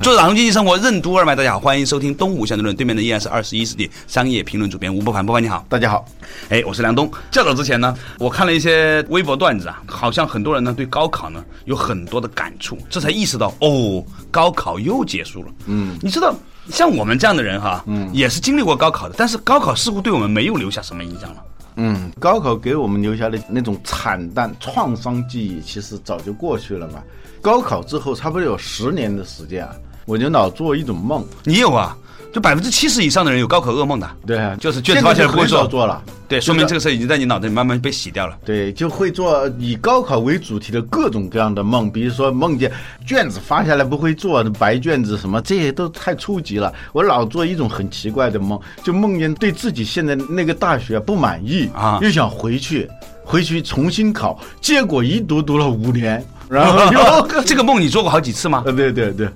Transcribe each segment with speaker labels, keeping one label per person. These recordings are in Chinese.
Speaker 1: 做打通经济生活任督二脉，大家好，欢迎收听《东吴相对论》，对面的依然是二十一世纪商业评论主编吴伯凡，伯凡你好。
Speaker 2: 大家好，
Speaker 1: 哎，我是梁东。较早之前呢，我看了一些微博段子啊，好像很多人呢对高考呢有很多的感触，这才意识到哦，高考又结束了。嗯，你知道，像我们这样的人哈，嗯，也是经历过高考的，但是高考似乎对我们没有留下什么影响了。
Speaker 2: 嗯，高考给我们留下的那种惨淡创伤记忆，其实早就过去了嘛。高考之后，差不多有十年的时间啊，我就老做一种梦。
Speaker 1: 你有啊？就百分之七十以上的人有高考噩梦的。
Speaker 2: 对啊，
Speaker 1: 就是卷子发起来不会
Speaker 2: 现在就很少
Speaker 1: 做。
Speaker 2: 做了。
Speaker 1: 对，说明这个事儿已经在你脑袋里慢慢被洗掉了。
Speaker 2: 对，就会做以高考为主题的各种各样的梦，比如说梦见卷子发下来不会做，白卷子什么，这些都太初级了。我老做一种很奇怪的梦，就梦见对自己现在那个大学不满意
Speaker 1: 啊
Speaker 2: 又想回去，回去重新考，结果一读读了五年，然后又
Speaker 1: 这个梦你做过好几次吗？
Speaker 2: 呃，对对对，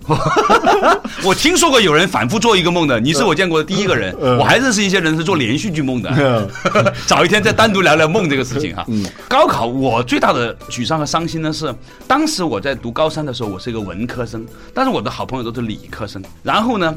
Speaker 1: 我听说过有人反复做一个梦的，你是我见过的第一个人。
Speaker 2: 嗯
Speaker 1: 我还认识一些人是做连续剧梦的
Speaker 2: 嗯。
Speaker 1: 早一天再单独聊聊梦这个事情哈。啊高考我最大的沮丧和伤心呢是，当时我在读高三的时候，我是一个文科生，但是我的好朋友都是理科生。然后呢，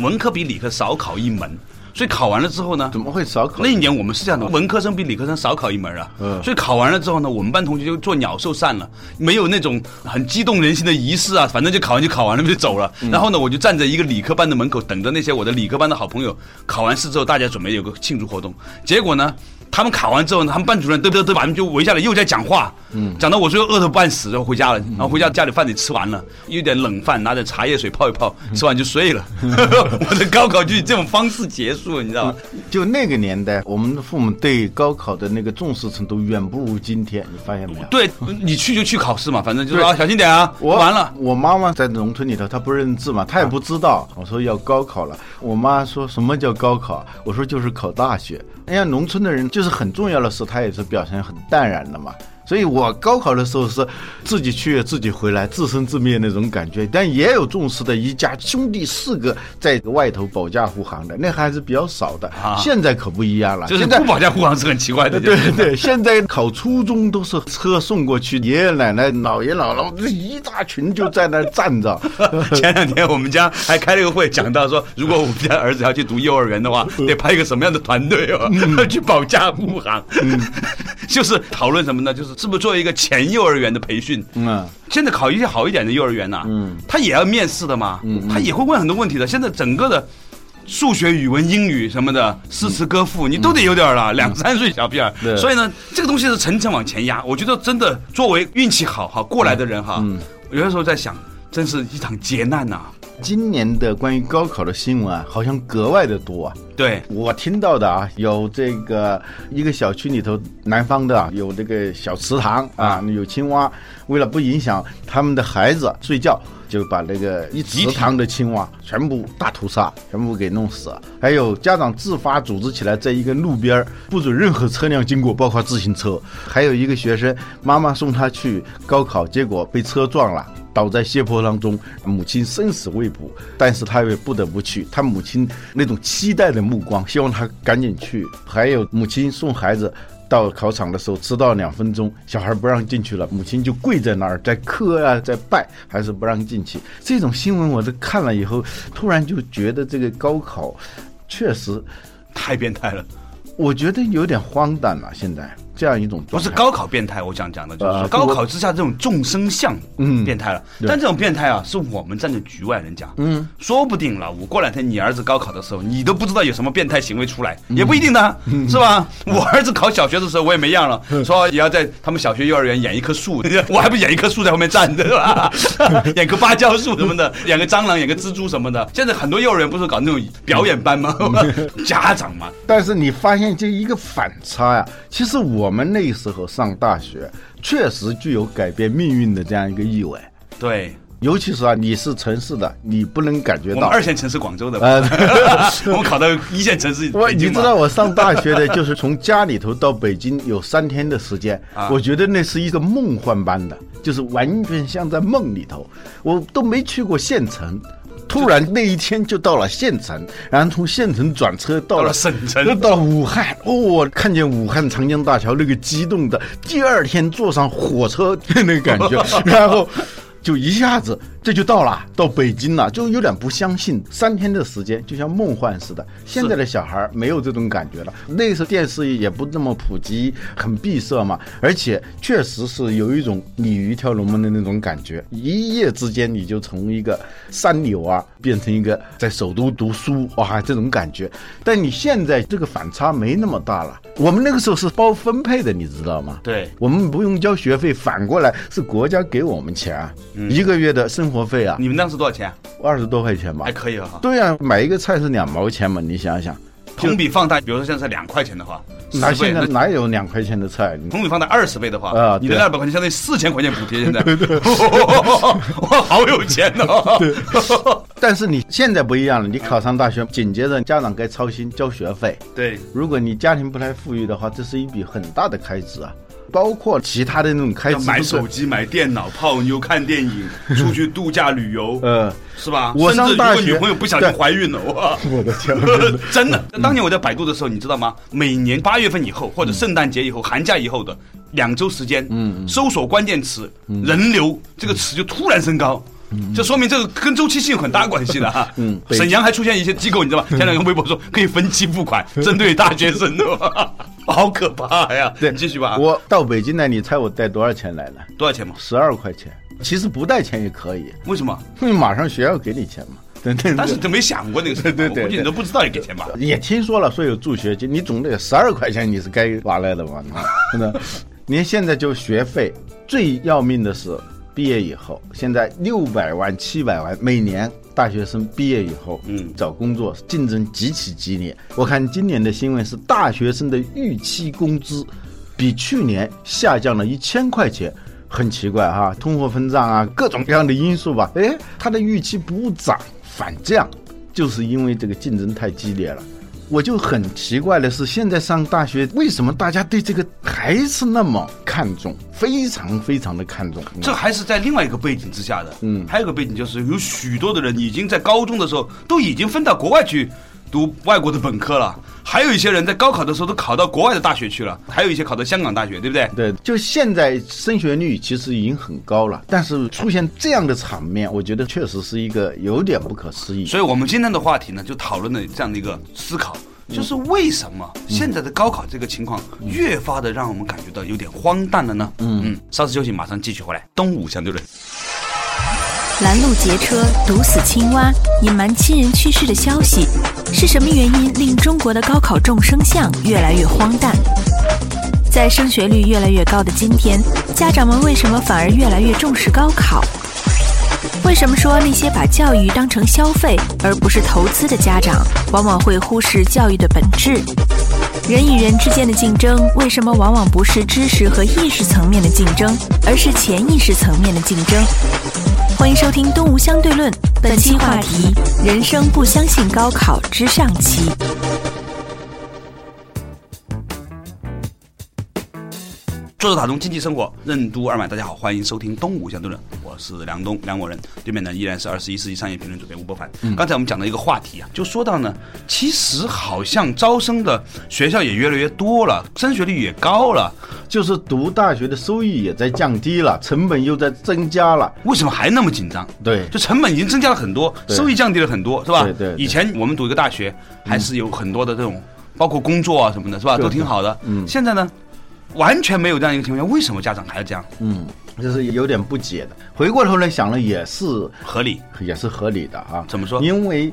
Speaker 1: 文科比理科少考一门，所以考完了之后呢
Speaker 2: 怎，么会少考
Speaker 1: 那？一年我们是这样的，文科生比理科生少考一门啊，
Speaker 2: 嗯
Speaker 1: 所以考完了之后呢，我们班同学就做鸟兽散了，没有那种很激动人心的仪式啊，反正就考完就考完了就走了。
Speaker 2: 嗯
Speaker 1: 然后呢，我就站在一个理科班的门口，等着那些我的理科班的好朋友考完试之后，大家准备有个庆祝活动。结果呢，他们考完之后呢，他们班主任嘚嘚嘚把他们就围下来，又在讲话，
Speaker 2: 嗯
Speaker 1: 讲到我最后饿得半死，然后回家了，然后回家家里饭得吃完了，有点冷饭，拿点茶叶水泡一泡，
Speaker 2: 嗯
Speaker 1: 吃完就 睡了。 我的高考就以这种方式结束，你知道吗？
Speaker 2: 就那个年代，我们的父母对高考的那个重视程度远不如今天，你发现没有？
Speaker 1: 对，你去就去考试嘛，反正就是
Speaker 2: 对
Speaker 1: 啊，小心点啊，
Speaker 2: 我
Speaker 1: 完了。
Speaker 2: 我妈妈在农村里头，她不认字嘛，她也不知道。我说要高考了，我妈说什么叫高考？我说就是考大学。人家农村的人就是很重要的事，她也是表现很淡然的嘛。所以我高考的时候是自己去自己回来，自生自灭那种感觉，但也有重视的一家兄弟四个在外头保驾护航的，那还是比较少的。
Speaker 1: 啊
Speaker 2: 现在可不一样了，
Speaker 1: 就是
Speaker 2: 现在
Speaker 1: 不保驾护航是很奇怪的，就
Speaker 2: 对
Speaker 1: 是
Speaker 2: 对对，现在考初中都是车送过去，爷爷奶奶、姥爷姥姥这一大群就在那儿站着。
Speaker 1: 前两天我们家还开了个会，讲到说，如果我们家儿子要去读幼儿园 的话，得派一个什么样的团队哦，
Speaker 2: 嗯
Speaker 1: 去保驾护航。 就是讨论什么呢？就是是不是作为一个前幼儿园的培训，
Speaker 2: 嗯，
Speaker 1: 现在考一些好一点的幼儿园呐、他也要面试的嘛，他也会问很多问题的。现在整个的数学、语文、英语什么的，诗词歌赋你都得有点儿了，两三岁小屁孩
Speaker 2: 对
Speaker 1: 儿。所以呢，这个东西是层层往前压。我觉得真的，作为运气好哈过来的人哈，有的时候在想，真是一场劫难呐、
Speaker 2: 今年的关于高考的新闻啊，好像格外的多啊。
Speaker 1: 对，
Speaker 2: 我听到的啊，有这个一个小区里头，南方的、啊、有这个小池塘啊，有青蛙，为了不影响他们的孩子睡觉，就把那个一池塘的青蛙全部大屠杀，全部给弄死。还有家长自发组织起来，在一个路边儿不准任何车辆经过，包括自行车。还有一个学生，妈妈送他去高考，结果被车撞了。倒在斜坡当中，母亲生死未卜，但是他也不得不去。他母亲那种期待的目光，希望他赶紧去。还有母亲送孩子到考场的时候，迟到两分钟，小孩不让进去了，母亲就跪在那儿在磕啊，在拜，还是不让进去。这种新闻我都看了以后，突然就觉得这个高考确实，
Speaker 1: 太变态了。
Speaker 2: 我觉得有点荒诞了。现在这样一种
Speaker 1: 不
Speaker 2: 状
Speaker 1: 是
Speaker 2: 态
Speaker 1: 高考变态，我想讲的就是说
Speaker 2: 呃
Speaker 1: 高考之下这种众生相，
Speaker 2: 嗯
Speaker 1: 变态了。
Speaker 2: 对
Speaker 1: 但这种变态啊，是我们站在局外人讲，嗯，说不定了。我过两天你儿子高考的时候，你都不知道有什么变态行为出来，
Speaker 2: 嗯
Speaker 1: 也不一定的，是吧？我儿子考小学的时候，我也没样了，
Speaker 2: 嗯
Speaker 1: 说也要在他们小学、幼儿园演一棵 树，我还不演一棵树在后面站着，是吧？演个芭蕉树什么的， 演个蟑螂，演个蜘蛛什么的。现在很多幼儿园不是搞那种表演班吗？
Speaker 2: 嗯
Speaker 1: 家长嘛，
Speaker 2: 但是你发现这一个反差呀、其实我们那时候上大学，确实具有改变命运的这样一个意味。
Speaker 1: 对。
Speaker 2: 尤其是啊，你是城市的，你不能感觉
Speaker 1: 我
Speaker 2: 到
Speaker 1: 们。二线城市广州的，
Speaker 2: 呃
Speaker 1: 我们考到一线城市，
Speaker 2: 我
Speaker 1: 北
Speaker 2: 你
Speaker 1: 京
Speaker 2: 知
Speaker 1: 嘛
Speaker 2: 道，我上大学的，就是从家里头到北京有三天的时间，
Speaker 1: 啊
Speaker 2: 我觉得那是一个梦幻般的，就是完全像在梦里头，我都没去过县城。突然那一天就到了县城，然后从县城转车到
Speaker 1: 到
Speaker 2: 了
Speaker 1: 了省城
Speaker 2: 又到了武汉。哦，我看见武汉长江大桥那个激动的，第二天坐上火车那个感觉，然后就一下子这就到了，到北京了，就有点不相信。三天的时间就像梦幻似的，现在的小孩儿没有这种感觉了。那时候电视也不那么普及，很闭塞嘛，而且确实是有一种鲤鱼跳龙门的那种感觉，一夜之间你就从一个三流啊变成一个在首都读书哇这种感觉。但你现在这个反差没那么大了，我们那个时候是包分配的，你知道吗？
Speaker 1: 对
Speaker 2: 我们不用交学费，反过来是国家给我们钱啊，一个月的生活费啊，
Speaker 1: 嗯你们当时多少钱啊？
Speaker 2: 二十多块钱吧
Speaker 1: 还。可以啊，
Speaker 2: 对呀、买一个菜是两毛钱嘛，你想想，就
Speaker 1: 同比放大，比如说现在两块钱的话，
Speaker 2: 哪
Speaker 1: 十倍
Speaker 2: 现在
Speaker 1: 那
Speaker 2: 哪有两块钱的菜？
Speaker 1: 同比放大二十倍的话，
Speaker 2: 啊
Speaker 1: 你的
Speaker 2: 对
Speaker 1: 二百块钱相当于四千块钱补 贴，现在， 哇，好有钱哦！
Speaker 2: 但是你现在不一样了，你考上大学，紧接着家长该操心交学费。
Speaker 1: 对，
Speaker 2: 如果你家庭不太富裕的话，这是一笔很大的开支啊，包括其他的那种开
Speaker 1: 要
Speaker 2: 支。
Speaker 1: 买
Speaker 2: 哎不是
Speaker 1: 手机、买电脑、泡妞、看电影、出去度假旅游，
Speaker 2: 呃，
Speaker 1: 是吧？
Speaker 2: 我
Speaker 1: 甚
Speaker 2: 上
Speaker 1: 至
Speaker 2: 大
Speaker 1: 如果女
Speaker 2: 学
Speaker 1: 朋友不小心
Speaker 2: 对
Speaker 1: 怀孕了，哇！
Speaker 2: 我的天，
Speaker 1: 真的，
Speaker 2: 嗯
Speaker 1: 当年我在百度的时候，你知道吗？每年八月份以后，或者圣诞节以后、寒假以后的两周时间，嗯，搜索关键词“
Speaker 2: 嗯
Speaker 1: 人流”这个词就突然升高。这说明这个跟周期性有很大关系的哈。 嗯，
Speaker 2: 对
Speaker 1: 沈阳还出现一些机构，你知 道吧？前两天微博说可以分期付款，针对大学生的 哇，好可怕呀！
Speaker 2: 对，
Speaker 1: 你继续吧。
Speaker 2: 我到北京来，你猜我带多少钱来呢？
Speaker 1: 多少钱嘛？
Speaker 2: 十二块钱。其实不带钱也可以，
Speaker 1: 为什么？
Speaker 2: 因为马上学校给你钱嘛。对对
Speaker 1: 当
Speaker 2: 对
Speaker 1: 时。都没想过那个事，
Speaker 2: 对对对
Speaker 1: 我估计你都不知道要给钱吧？
Speaker 2: 也听说了，说有助学金，你总得十二块钱，你是该拿来的吧？真的，您现在就学费，最要命的是毕业以后，现在六百万、七百万每年。大学生毕业以后，
Speaker 1: 嗯
Speaker 2: 找工作竞争极其激烈。我看今年的新闻是，大学生的预期工资比去年下降了一千块钱，很奇怪哈、通货膨胀啊，各种各样的因素吧。诶，他的预期不涨反降，就是因为这个竞争太激烈了。我就很奇怪的是，现在上大学为什么大家对这个还是那么看重，非常非常的看重？
Speaker 1: 这还是在另外一个背景之下的。嗯，还有一个背景就是有许多的人已经在高中的时候都已经分到国外去读外国的本科了，还有一些人在高考的时候都考到国外的大学去了，还有一些考到香港大学，对不对？
Speaker 2: 对，就现在升学率其实已经很高了，但是出现这样的场面，我觉得确实是一个有点不可思议。
Speaker 1: 所以我们今天的话题呢，就讨论了这样的一个思考。就是为什么现在的高考这个情况越发的让我们感觉到有点荒诞了呢？嗯嗯，稍事休息，马上继续回来。东吴相对论，
Speaker 3: 拦路劫车、毒死青蛙、隐瞒亲人去世的消息，是什么原因令中国的高考众生相越来越荒诞？在升学率越来越高的今天，家长们为什么反而越来越重视高考？为什么说那些把教育当成消费而不是投资的家长，往往会忽视教育的本质？人与人之间的竞争，为什么往往不是知识和意识层面的竞争，而是潜意识层面的竞争？欢迎收听《东吴相对论》，本期话题：人生不相信高考之上期。
Speaker 1: 坐着打通经济生活，任督二脉。大家好，欢迎收听《东吴相对论》，我是梁东梁某人，对面呢依然是二十一世纪商业评论主编吴伯凡。
Speaker 2: 嗯
Speaker 1: 刚才我们讲到一个话题啊，就说到呢，其实好像招生的学校也越来越多了，升学率也高了，
Speaker 2: 就是读大学的收益也在降低了，成本又在增加了。
Speaker 1: 为什么还那么紧张？
Speaker 2: 对
Speaker 1: 就成本已经增加了很多，
Speaker 2: 对
Speaker 1: 收益降低了很多，是吧？
Speaker 2: 对对对嗯
Speaker 1: 以前我们读一个大学，还是有很多的这种，包括工作啊什么的，是吧？
Speaker 2: 对
Speaker 1: 都挺好的。嗯。现在呢，完全没有这样一个情况下，为什么家长还要这样？
Speaker 2: 嗯，就是有点不解的。回过头来想了，也是
Speaker 1: 合理？
Speaker 2: 也是合理的啊。
Speaker 1: 怎么说
Speaker 2: 因为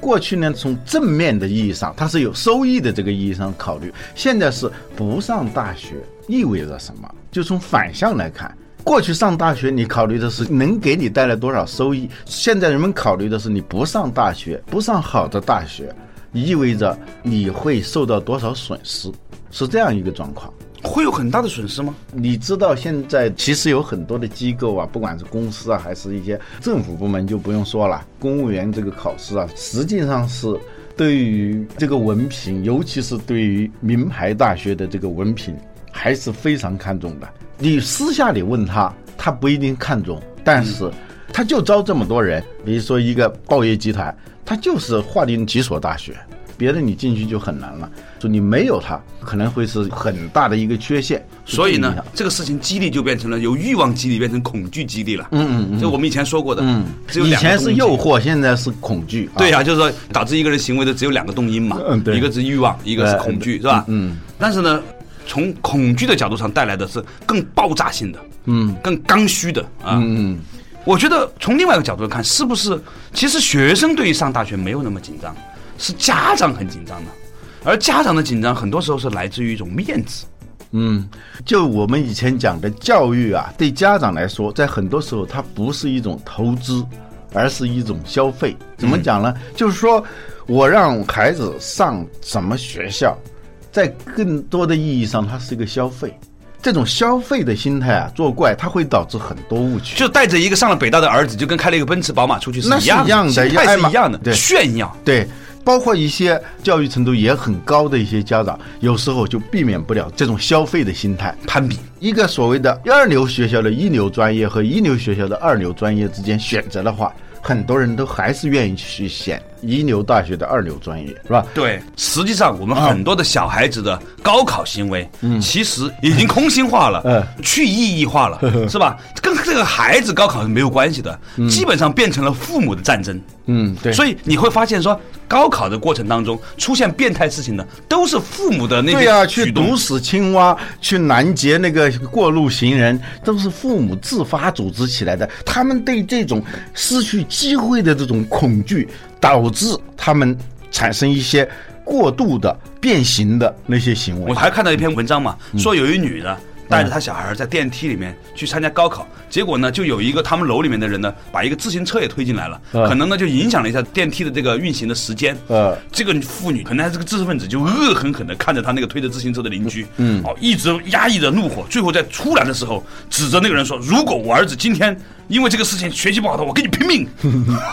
Speaker 2: 过去呢，从正面的意义上，它是有收益的这个意义上考虑，现在是不上大学意味着什么？就从反向来看。过去上大学，你考虑的是能给你带来多少收益；现在人们考虑的是你不上大学，不上好的大学，意味着你会受到多少损失，是这样一个状况。
Speaker 1: 会有很大的损失吗？
Speaker 2: 你知道现在其实有很多的机构啊，不管是公司啊，还是一些政府部门，就不用说了。公务员这个考试啊，实际上是对于这个文凭，尤其是对于名牌大学的这个文凭，还是非常看重的。你私下里问他，他不一定看重，但是他就招这么多人。比如说一个报业集团，他就是划定几所大学。别的你进去就很难了，就你没有它，可能会是很大的一个缺陷。
Speaker 1: 所以
Speaker 2: 是
Speaker 1: 呢
Speaker 2: 这个影响，啊
Speaker 1: 这个事情激励就变成了由欲望激励变成恐惧激励了。嗯嗯，就我们以前说过的，嗯，只有
Speaker 2: 以
Speaker 1: 两个
Speaker 2: 前是
Speaker 1: 动因
Speaker 2: 诱。惑，现在是恐惧。
Speaker 1: 对
Speaker 2: 啊，
Speaker 1: 呀、就是说导致一个人行为的只有两个动因嘛，
Speaker 2: 嗯对哎
Speaker 1: 一个是欲望，一个是恐惧，是吧？嗯。但是呢，从恐惧的角度上带来的是更爆炸性的，嗯，更刚需的啊。嗯。我觉得从另外一个角度看，是不是其实学生对于上大学没有那么紧张，是家长很紧张的，而家长的紧张很多时候是来自于一种面子。
Speaker 2: 嗯，就我们以前讲的教育啊，对家长来说，在很多时候它不是一种投资，而是一种消费。怎么讲呢？
Speaker 1: 嗯
Speaker 2: 就是说我让孩子上什么学校，在更多的意义上，它是一个消费。这种消费的心态啊，作怪，它会导致很多误区。
Speaker 1: 就带着一个上了北大的儿子，就跟开了一个奔驰、宝马出去是
Speaker 2: 那
Speaker 1: 一
Speaker 2: 是
Speaker 1: 样
Speaker 2: 一样的
Speaker 1: 心态
Speaker 2: 哎
Speaker 1: 是
Speaker 2: 嘛
Speaker 1: 一样的，
Speaker 2: 对
Speaker 1: 炫耀。
Speaker 2: 对，包括一些教育程度也很高的一些家长，有时候就避免不了这种消费的心态。
Speaker 1: 攀比，
Speaker 2: 一个所谓的二流学校的一流专业和一流学校的二流专业之间选择的话，很多人都还是愿意去选一流大学的二流专业，是吧？
Speaker 1: 对，实际上我们很多的小孩子的高考行为，其实已经空心化了，
Speaker 2: 嗯
Speaker 1: 去意义化了， 是吧？跟这个孩子高考是没有关系的，基本上变成了父母的战争。
Speaker 2: 嗯，对
Speaker 1: 所以你会发现说，高考的过程当中出现变态事情的，都是父母的那
Speaker 2: 对呀、
Speaker 1: 些
Speaker 2: 去
Speaker 1: 举动。
Speaker 2: 毒死青蛙，去拦截那个过路行人，都是父母自发组织起来的。他们对这种失去机会的这种恐惧，导致他们产生一些过度的变形的那些行为
Speaker 1: 我。还看到一篇文章嘛，
Speaker 2: 嗯
Speaker 1: 说有一女的带着她小孩儿在电梯里面去参加高考，结果呢，就有一个他们楼里面的人呢，把一个自行车也推进来了，
Speaker 2: 嗯
Speaker 1: 可能呢就影响了一下电梯的这个运行的时间。
Speaker 2: 嗯
Speaker 1: 这个妇女可能还是个知识分子，就恶狠狠地看着她那个推着自行车的邻居，嗯，哦，一直压抑着怒火，最后在出来的时候指着那个人说：“如果我儿子今天。”因为这个事情学习不好的，我跟你拼命！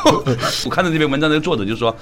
Speaker 1: 我看到这篇文章的作者就说，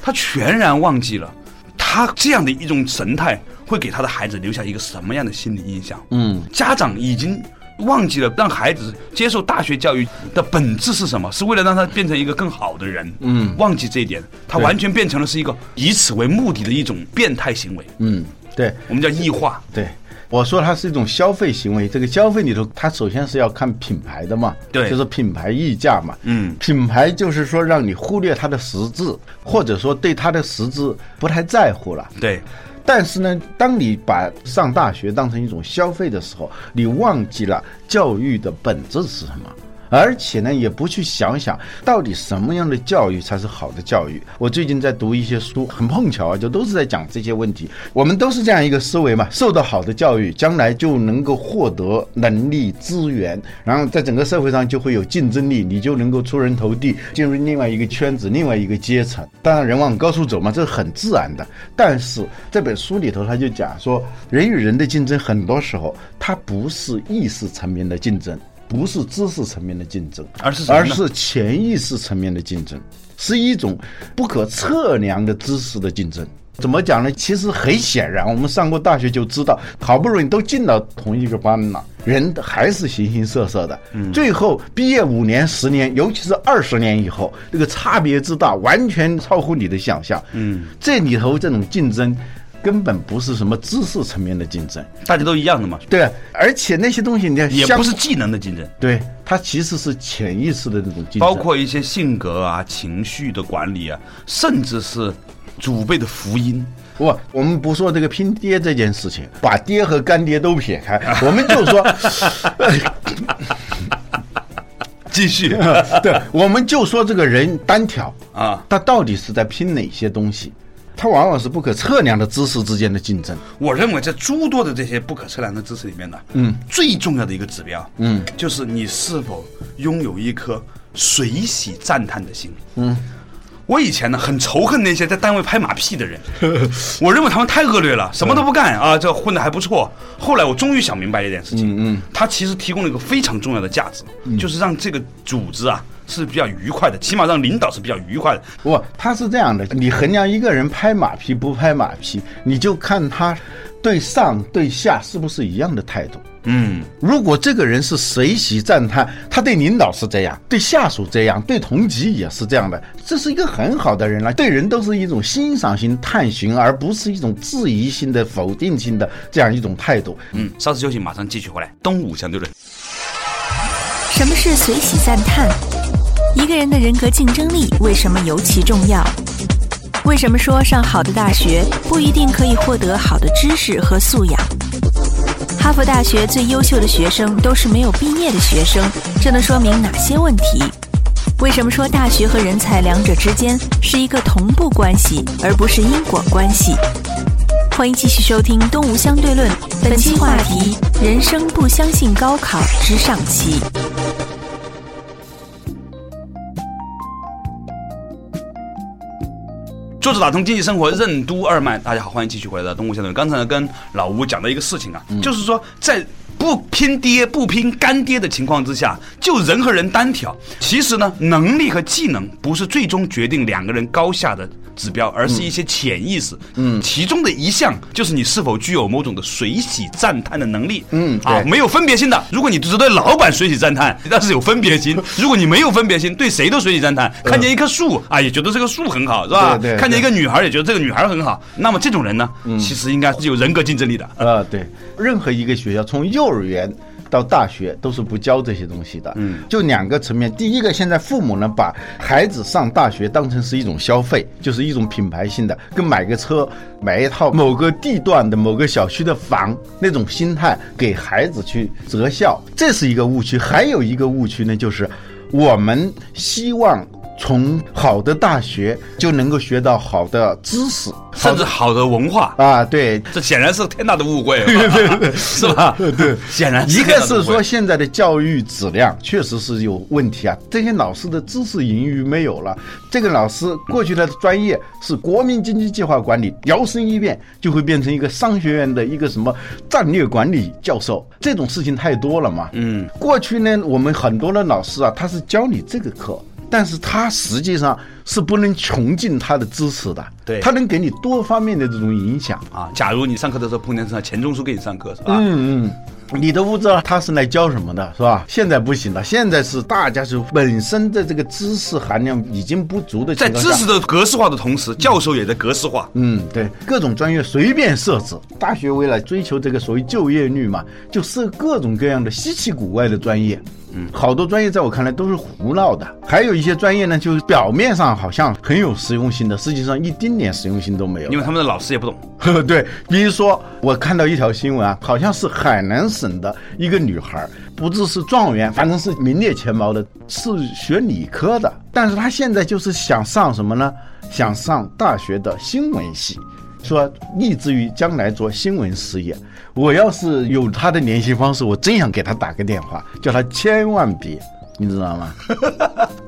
Speaker 1: 他全然忘记了他这样的一种神态会给他的孩子留下一个什么样的心理印象？嗯，家长已经忘记了让孩子接受大学教育的本质是什么，是为了让他变成一个更好的人。嗯，忘记这一点，他完全变成了是一个以此为目的的一种变态行为，
Speaker 2: 嗯，对。
Speaker 1: 我们叫异化。
Speaker 2: 对，我说它是一种消费行为。这个消费里头，它首先是要看品牌的嘛，
Speaker 1: 对
Speaker 2: 就是品牌溢价嘛。
Speaker 1: 嗯
Speaker 2: 品牌就是说让你忽略它的实质，或者说对它的实质不太在乎了。
Speaker 1: 对，
Speaker 2: 但是呢，当你把上大学当成一种消费的时候，你忘记了教育的本质是什么。而且呢，也不去想想到底什么样的教育才是好的教育。我最近在读一些书，很碰巧啊，就都是在讲这些问题。我们都是这样一个思维嘛，受到好的教育，将来就能够获得能力资源，然后在整个社会上就会有竞争力，你就能够出人头地，进入另外一个圈子、另外一个阶层。当然，人往高处走嘛，这是很自然的。但是这本书里头他就讲说，人与人的竞争很多时候它不是意识层面的竞争，不是知识层面的竞争，
Speaker 1: 而是什么
Speaker 2: 而
Speaker 1: 呢
Speaker 2: 是潜意识层面的竞争，是一种不可测量的知识的竞争。怎么讲呢？其实很显然，我们上过大学就知道，好不容易都进到同一个班了，人还是形形色色的。
Speaker 1: 嗯
Speaker 2: 最后毕业五年、十年，尤其是二十年以后，这个差别之大，完全超乎你的想象。嗯，这里头这种竞争，根本不是什么知识层面的竞争，
Speaker 1: 大家都一样的嘛，
Speaker 2: 对，啊而且那些东西你要
Speaker 1: 也
Speaker 2: 相
Speaker 1: 不是技能的竞争。
Speaker 2: 对，它其实是潜意识的那种竞争，
Speaker 1: 包括一些性格啊、情绪的管理啊，甚至是祖辈的福音。
Speaker 2: 不，我们不说这个拼爹这件事情，把爹和干爹都撇开，我们就说，
Speaker 1: 继 续
Speaker 2: 对，我们就说这个人单挑
Speaker 1: 啊，
Speaker 2: 他到底是在拼哪些东西？他往往是不可测量的知识之间的竞争。
Speaker 1: 我认为在诸多的这些不可测量的知识里面呢，嗯，最重要的一个指标，嗯，就是你是否拥有一颗随喜赞叹的心。嗯，我以前呢很仇恨那些在单位拍马屁的 人，我认为他们太恶劣了，什么都不干啊，这混的还不错。后来我终于想明白一件事情，嗯，他其实提供了一个非常重要的价值，就是让这个组织啊是比较愉快的，起码让领导是比较愉快的。
Speaker 2: 不，他是这样的，你衡量一个人拍马屁不拍马屁，你就看他对上对下是不是一样的态度。
Speaker 1: 嗯，
Speaker 2: 如果这个人是随喜赞叹，他对领导是这样，对下属这样，对同级也是这样的，这是一个很好的人了。对人都是一种欣赏性探寻，而不是一种质疑性的、否定性的这样一种态度。
Speaker 1: 嗯，稍事休息，马上继续回来。东吴相对论，
Speaker 3: 什么是随喜赞叹？一个人的人格竞争力为什么尤其重要？为什么说上好的大学不一定可以获得好的知识和素养？哈佛大学最优秀的学生都是没有毕业的学生，这能说明哪些问题？为什么说大学和人才两者之间是一个同步关系，而不是因果关系？欢迎继续收听《东吴相对论》，本期话题：人生不相信高考之上期。
Speaker 1: 作者打通经济生活任督二脉，大家好，欢迎继续回到东吴相对论。刚才呢跟老吴讲的一个事情啊，就是说在。不拼爹不拼干爹的情况之下，就人和人单挑。其实呢，能力和技能不是最终决定两个人高下的指标，而是一些潜意识。嗯，其中的一项就是你是否具有某种的随喜赞叹的能力。
Speaker 2: 嗯
Speaker 1: 啊，
Speaker 2: 对
Speaker 1: 没有分别心的。如果你只对老板随喜赞叹，那是有分别心；如果你没有分别心，对谁都随喜赞叹，看见一棵树啊，也觉得这个树很好，是吧？
Speaker 2: 对对
Speaker 1: 啊
Speaker 2: 嗯
Speaker 1: 看见一个女孩，也觉得这个女孩很好。那么这种人呢，其实应该是有人格竞争力的。
Speaker 2: 啊，对，任何一个学校从幼儿园到大学都是不教这些东西的。
Speaker 1: 嗯，
Speaker 2: 就两个层面，第一个，现在父母呢把孩子上大学当成是一种消费，就是一种品牌性的，跟买个车、买一套某个地段的某个小区的房那种心态给孩子去择校，这是一个误区。还有一个误区呢，就是我们希望。从好的大学就能够学到好的知识，
Speaker 1: 甚至好的文化，
Speaker 2: 啊，对，
Speaker 1: 这显然是天大的 误会，是吧？对，显然
Speaker 2: 一
Speaker 1: 天
Speaker 2: 个
Speaker 1: 大的误
Speaker 2: 是
Speaker 1: 会
Speaker 2: 说现在的教育质量确实是有问题啊，这些老师的知识盈余没有了。这个老师过去的专业是国民经济计划管理，摇身一变就会变成一个商学院的一个什么战略管理教授，这种事情太多了嘛。
Speaker 1: 嗯，
Speaker 2: 过去呢，我们很多的老师啊，他是教你这个课。但是他实际上是不能穷尽他的知识的，
Speaker 1: 对
Speaker 2: 他能给你多方面的这种影响。
Speaker 1: 啊，假如你上课的时候碰见是钱钟书给你上课，是吧？
Speaker 2: 嗯嗯，你都不知道他是来教什么的，是吧？现在不行了，现在是大家是本身的这个知识含量已经不足的
Speaker 1: 在
Speaker 2: 情况下，
Speaker 1: 知识的格式化的同时，教授也在格式化。
Speaker 2: 嗯，对，各种专业随便设置。大学为了追求这个所谓就业率嘛，就设各种各样的稀奇古怪的专业。嗯，好多专业在我看来都是胡闹的，还有一些专业呢，就是表面上好像很有实用性的，实际上一丁点实用性都没有
Speaker 1: 因。为他们的老师也不懂，
Speaker 2: 对，比如说我看到一条新闻啊，好像是海南省的一个女孩儿，不知是状元，反正是名列前茅的，是学理科的，但是她现在就是想上什么呢？想上大学的新闻系。说立志于将来做新闻事业，我要是有她的联系方式，我真想给她打个电话，叫她千万别，你知道吗？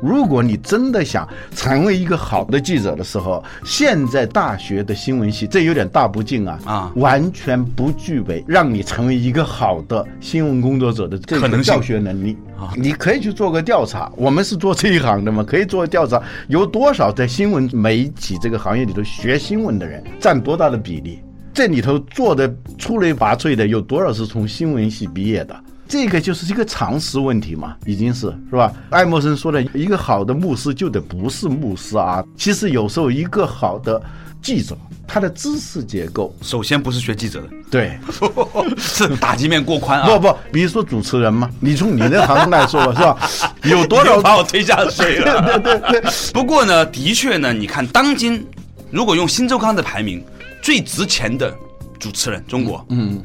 Speaker 2: 如果你真的想成为一个好的记者的时候，现在大学的新闻系这有点大不敬啊
Speaker 1: 啊
Speaker 2: 完全不具备让你成为一个好的新闻工作者的这
Speaker 1: 可能
Speaker 2: 个
Speaker 1: 性
Speaker 2: 教学能力啊。你可以去做个调查，我们是做这一行的嘛，可以做调查，有多少在新闻媒体这个行业里头学新闻的人占多大的比例？这里头做的出类拔萃的有多少是从新闻系毕业的？这个就是一个常识问题嘛，已经是是吧？爱默生说的，一个好的牧师就得不是牧师啊。其实有时候一个好的记者，他的知识结构，
Speaker 1: 首先不是学记者
Speaker 2: 对，
Speaker 1: 的， 是打击面过宽啊。
Speaker 2: 不不，比如说主持人嘛，你从你那行来说吧， 是吧？有多
Speaker 1: 我
Speaker 2: 少
Speaker 1: 又把我推下水了。
Speaker 2: 对对对，
Speaker 1: 不过呢，的确呢，你看当今，如果用新周刊的排名，最值钱的主持人，中国，嗯，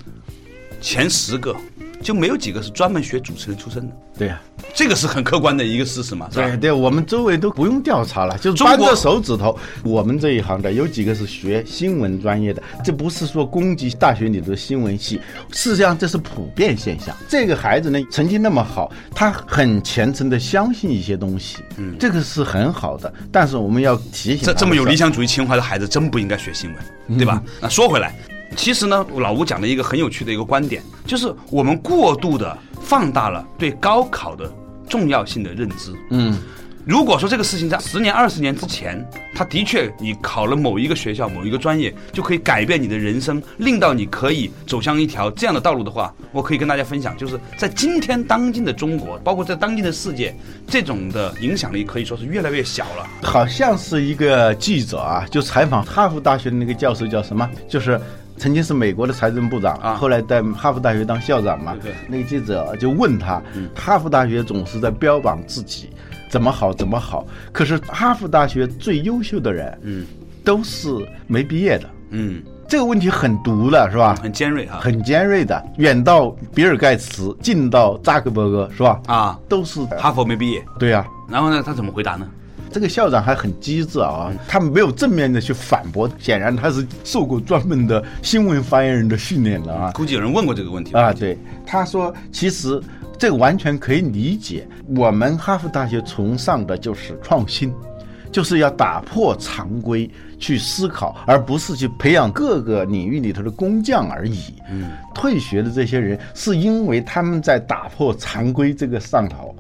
Speaker 1: 前十个就没有几个是专门学主持人出身的，
Speaker 2: 对呀、
Speaker 1: 这个是很客观的一个事实嘛，是吧？
Speaker 2: 对对，我们周围都不用调查了，就是
Speaker 1: 中
Speaker 2: 扳
Speaker 1: 国
Speaker 2: 着手指头，我们这一行的有几个是学新闻专业的，这不是说攻击大学里的新闻系，事实上这是普遍现象。这个孩子呢，成绩那么好，他很虔诚的相信一些东西，嗯，这个是很好的。但是我们要提醒
Speaker 1: 这
Speaker 2: 他
Speaker 1: 这么
Speaker 2: 们
Speaker 1: 有
Speaker 2: 说嗯
Speaker 1: 理，想主义情怀的孩子，真不应该学新闻，对吧？那说回来，其实呢，老吴讲了一个很有趣的一个观点，就是我们过度的放大了对高考的重要性的认知。嗯，如果说这个事情在十年、二十年之前，他的确你考了某一个学校、某一个专业，就可以改变你的人生，令到你可以走向一条这样的道路的话，我可以跟大家分享，就是在今天当今的中国，包括在当今的世界，这种的影响力可以说是越来越小了。
Speaker 2: 好像是一个记者啊，就采访哈佛大学的那个教授叫什么，就是。曾经是美国的财政部长，
Speaker 1: 啊
Speaker 2: 后来在哈佛大学当校长嘛。
Speaker 1: 对对嗯
Speaker 2: 那个记者就问他，哈佛大学总是在标榜自己怎么好怎么好，可是哈佛大学最优秀的人，嗯，都是没毕业的。
Speaker 1: 嗯。
Speaker 2: 这个问题很毒了，是吧？
Speaker 1: 很尖锐哈。
Speaker 2: 很尖锐的，远到比尔盖茨，近到扎克伯格，是吧？
Speaker 1: 啊
Speaker 2: 都是
Speaker 1: 哈佛没毕业，
Speaker 2: 对呀、啊。
Speaker 1: 然后呢，他怎么回答呢？
Speaker 2: 这个校长还很机智啊，他没有正面的去反驳，显然他是受过专门的新闻发言人的训练了啊。
Speaker 1: 估计有人问过这个问题吧
Speaker 2: 啊，对，他说其实这个完全可以理解，我们哈佛大学崇尚的就是创新。就是要打破常规去思考，而不是去培养各个领域里头的工匠而已。嗯，退学的这些人是因为他们在打破常规这个上头，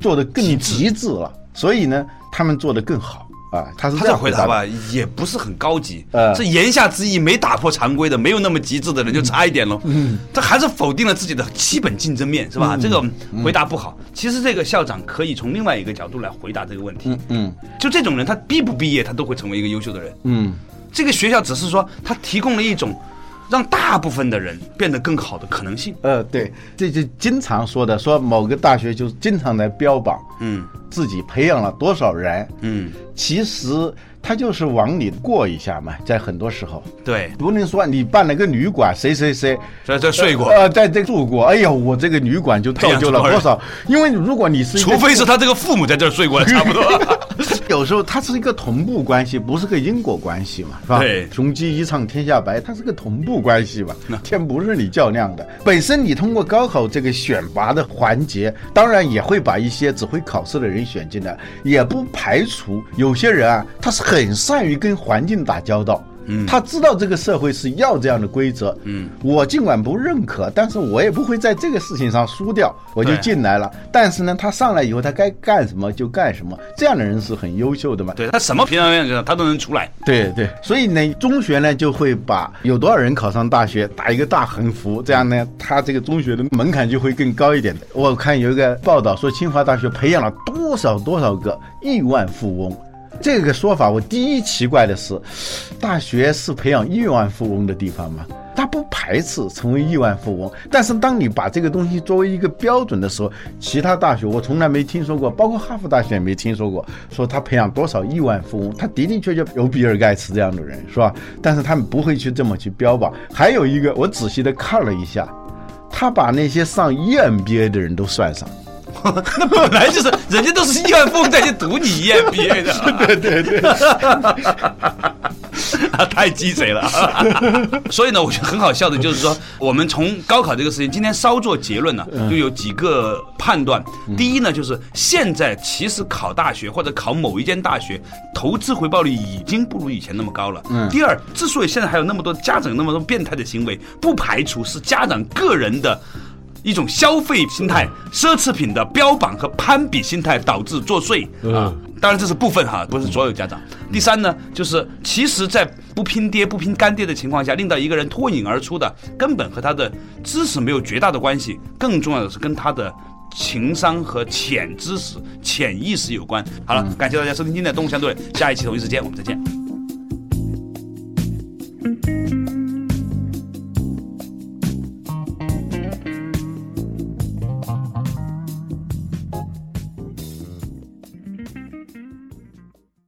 Speaker 2: 做得更极致了，所以呢，他们做得更好啊。他是
Speaker 1: 他
Speaker 2: 这
Speaker 1: 这
Speaker 2: 样
Speaker 1: 回
Speaker 2: 答
Speaker 1: 答
Speaker 2: 的
Speaker 1: 吧，也不是很高级。
Speaker 2: 呃
Speaker 1: 这言下之意，没打破常规的，没有那么极致的人就差一点喽。嗯，这还是否定了自己的基本竞争面，是吧？这个回答不好。其实这个校长可以从另外一个角度来回答这个问题。
Speaker 2: 嗯
Speaker 1: 就这种人，他毕不毕业，他都会成为一个优秀的人。
Speaker 2: 嗯，
Speaker 1: 这个学校只是说，他提供了一种让大部分的人变得更好的可能性。
Speaker 2: 呃，对，这就经常说的，说某个大学就经常在标榜
Speaker 1: 嗯
Speaker 2: 自己培养了多少人，
Speaker 1: 嗯，
Speaker 2: 其实他就是往里过一下嘛，在很多时候，
Speaker 1: 对，
Speaker 2: 不能说你办了个旅馆，谁谁谁。
Speaker 1: 所以这睡过。
Speaker 2: 呃，在这住过，哎呀，我这个旅馆就造就了
Speaker 1: 培
Speaker 2: 多
Speaker 1: 养出
Speaker 2: 少？因为如果你是一个
Speaker 1: 除非是他这个父母在这儿睡 过，差不多。
Speaker 2: 有时候它是一个同步关系，不是个因果关系嘛，是吧？
Speaker 1: 对
Speaker 2: 雄鸡一唱天下白，它是个同步关系嘛，天不是你较量的。本身你通过高考这个选拔的环节，当然也会把一些只会考试的人选进来，也不排除有些人啊，他是很善于跟环境打交道。嗯，他知道这个社会是要这样的规则。嗯，我尽管不认可，但是我也不会在这个事情上输掉，我就
Speaker 1: 对
Speaker 2: 进来了。但是呢，他上来以后，他该干什么就干什么，这样的人是很优秀的嘛。
Speaker 1: 对他什么评量院他都能出来。
Speaker 2: 对对，所以呢，中学呢就会把有多少人考上大学打一个大横幅，这样呢，他这个中学的门槛就会更高一点的。我看有一个报道说，清华大学培养了多少多少个亿万富翁。这个说法，我第一奇怪的是，大学是培养亿万富翁的地方吗？他不排斥成为亿万富翁，但是当你把这个东西作为一个标准的时候，其他大学我从来没听说过，包括哈佛大学也没听说过，说他培养多少亿万富翁，他的的确确有比尔盖茨这样的人，是吧？但是他们不会去这么去标榜。还有一个，我仔细的看了一下，他把那些上 E EMBA 的人都算上。
Speaker 1: 那 本来就是人家都是亿万富翁在去读你 EMBA 的， 对对对，啊太鸡贼了。 所以呢，我觉得很好笑的就是说，我们从高考这个事情，今天稍作结论呢，就有几个判断。第一呢，就是现在其实考大学或者考某一间大学，投资回报率已经不如以前那么高了。第二，之所以现在还有那么多家长有那么多变态的行为，不排除是家长个人的。一种消费心态、奢侈品的标榜和攀比心态导致作祟啊。当然这是部分哈，不是所有家长。第三呢，就是其实，在不拼爹、不拼干爹的情况下，令到一个人脱颖而出的，根本和他的知识没有绝大的关系，更重要的是跟他的。情商和潜知识、潜意识有关。好了，感谢大家收听今天的《动物相对论》，下一期同一时间我们再见。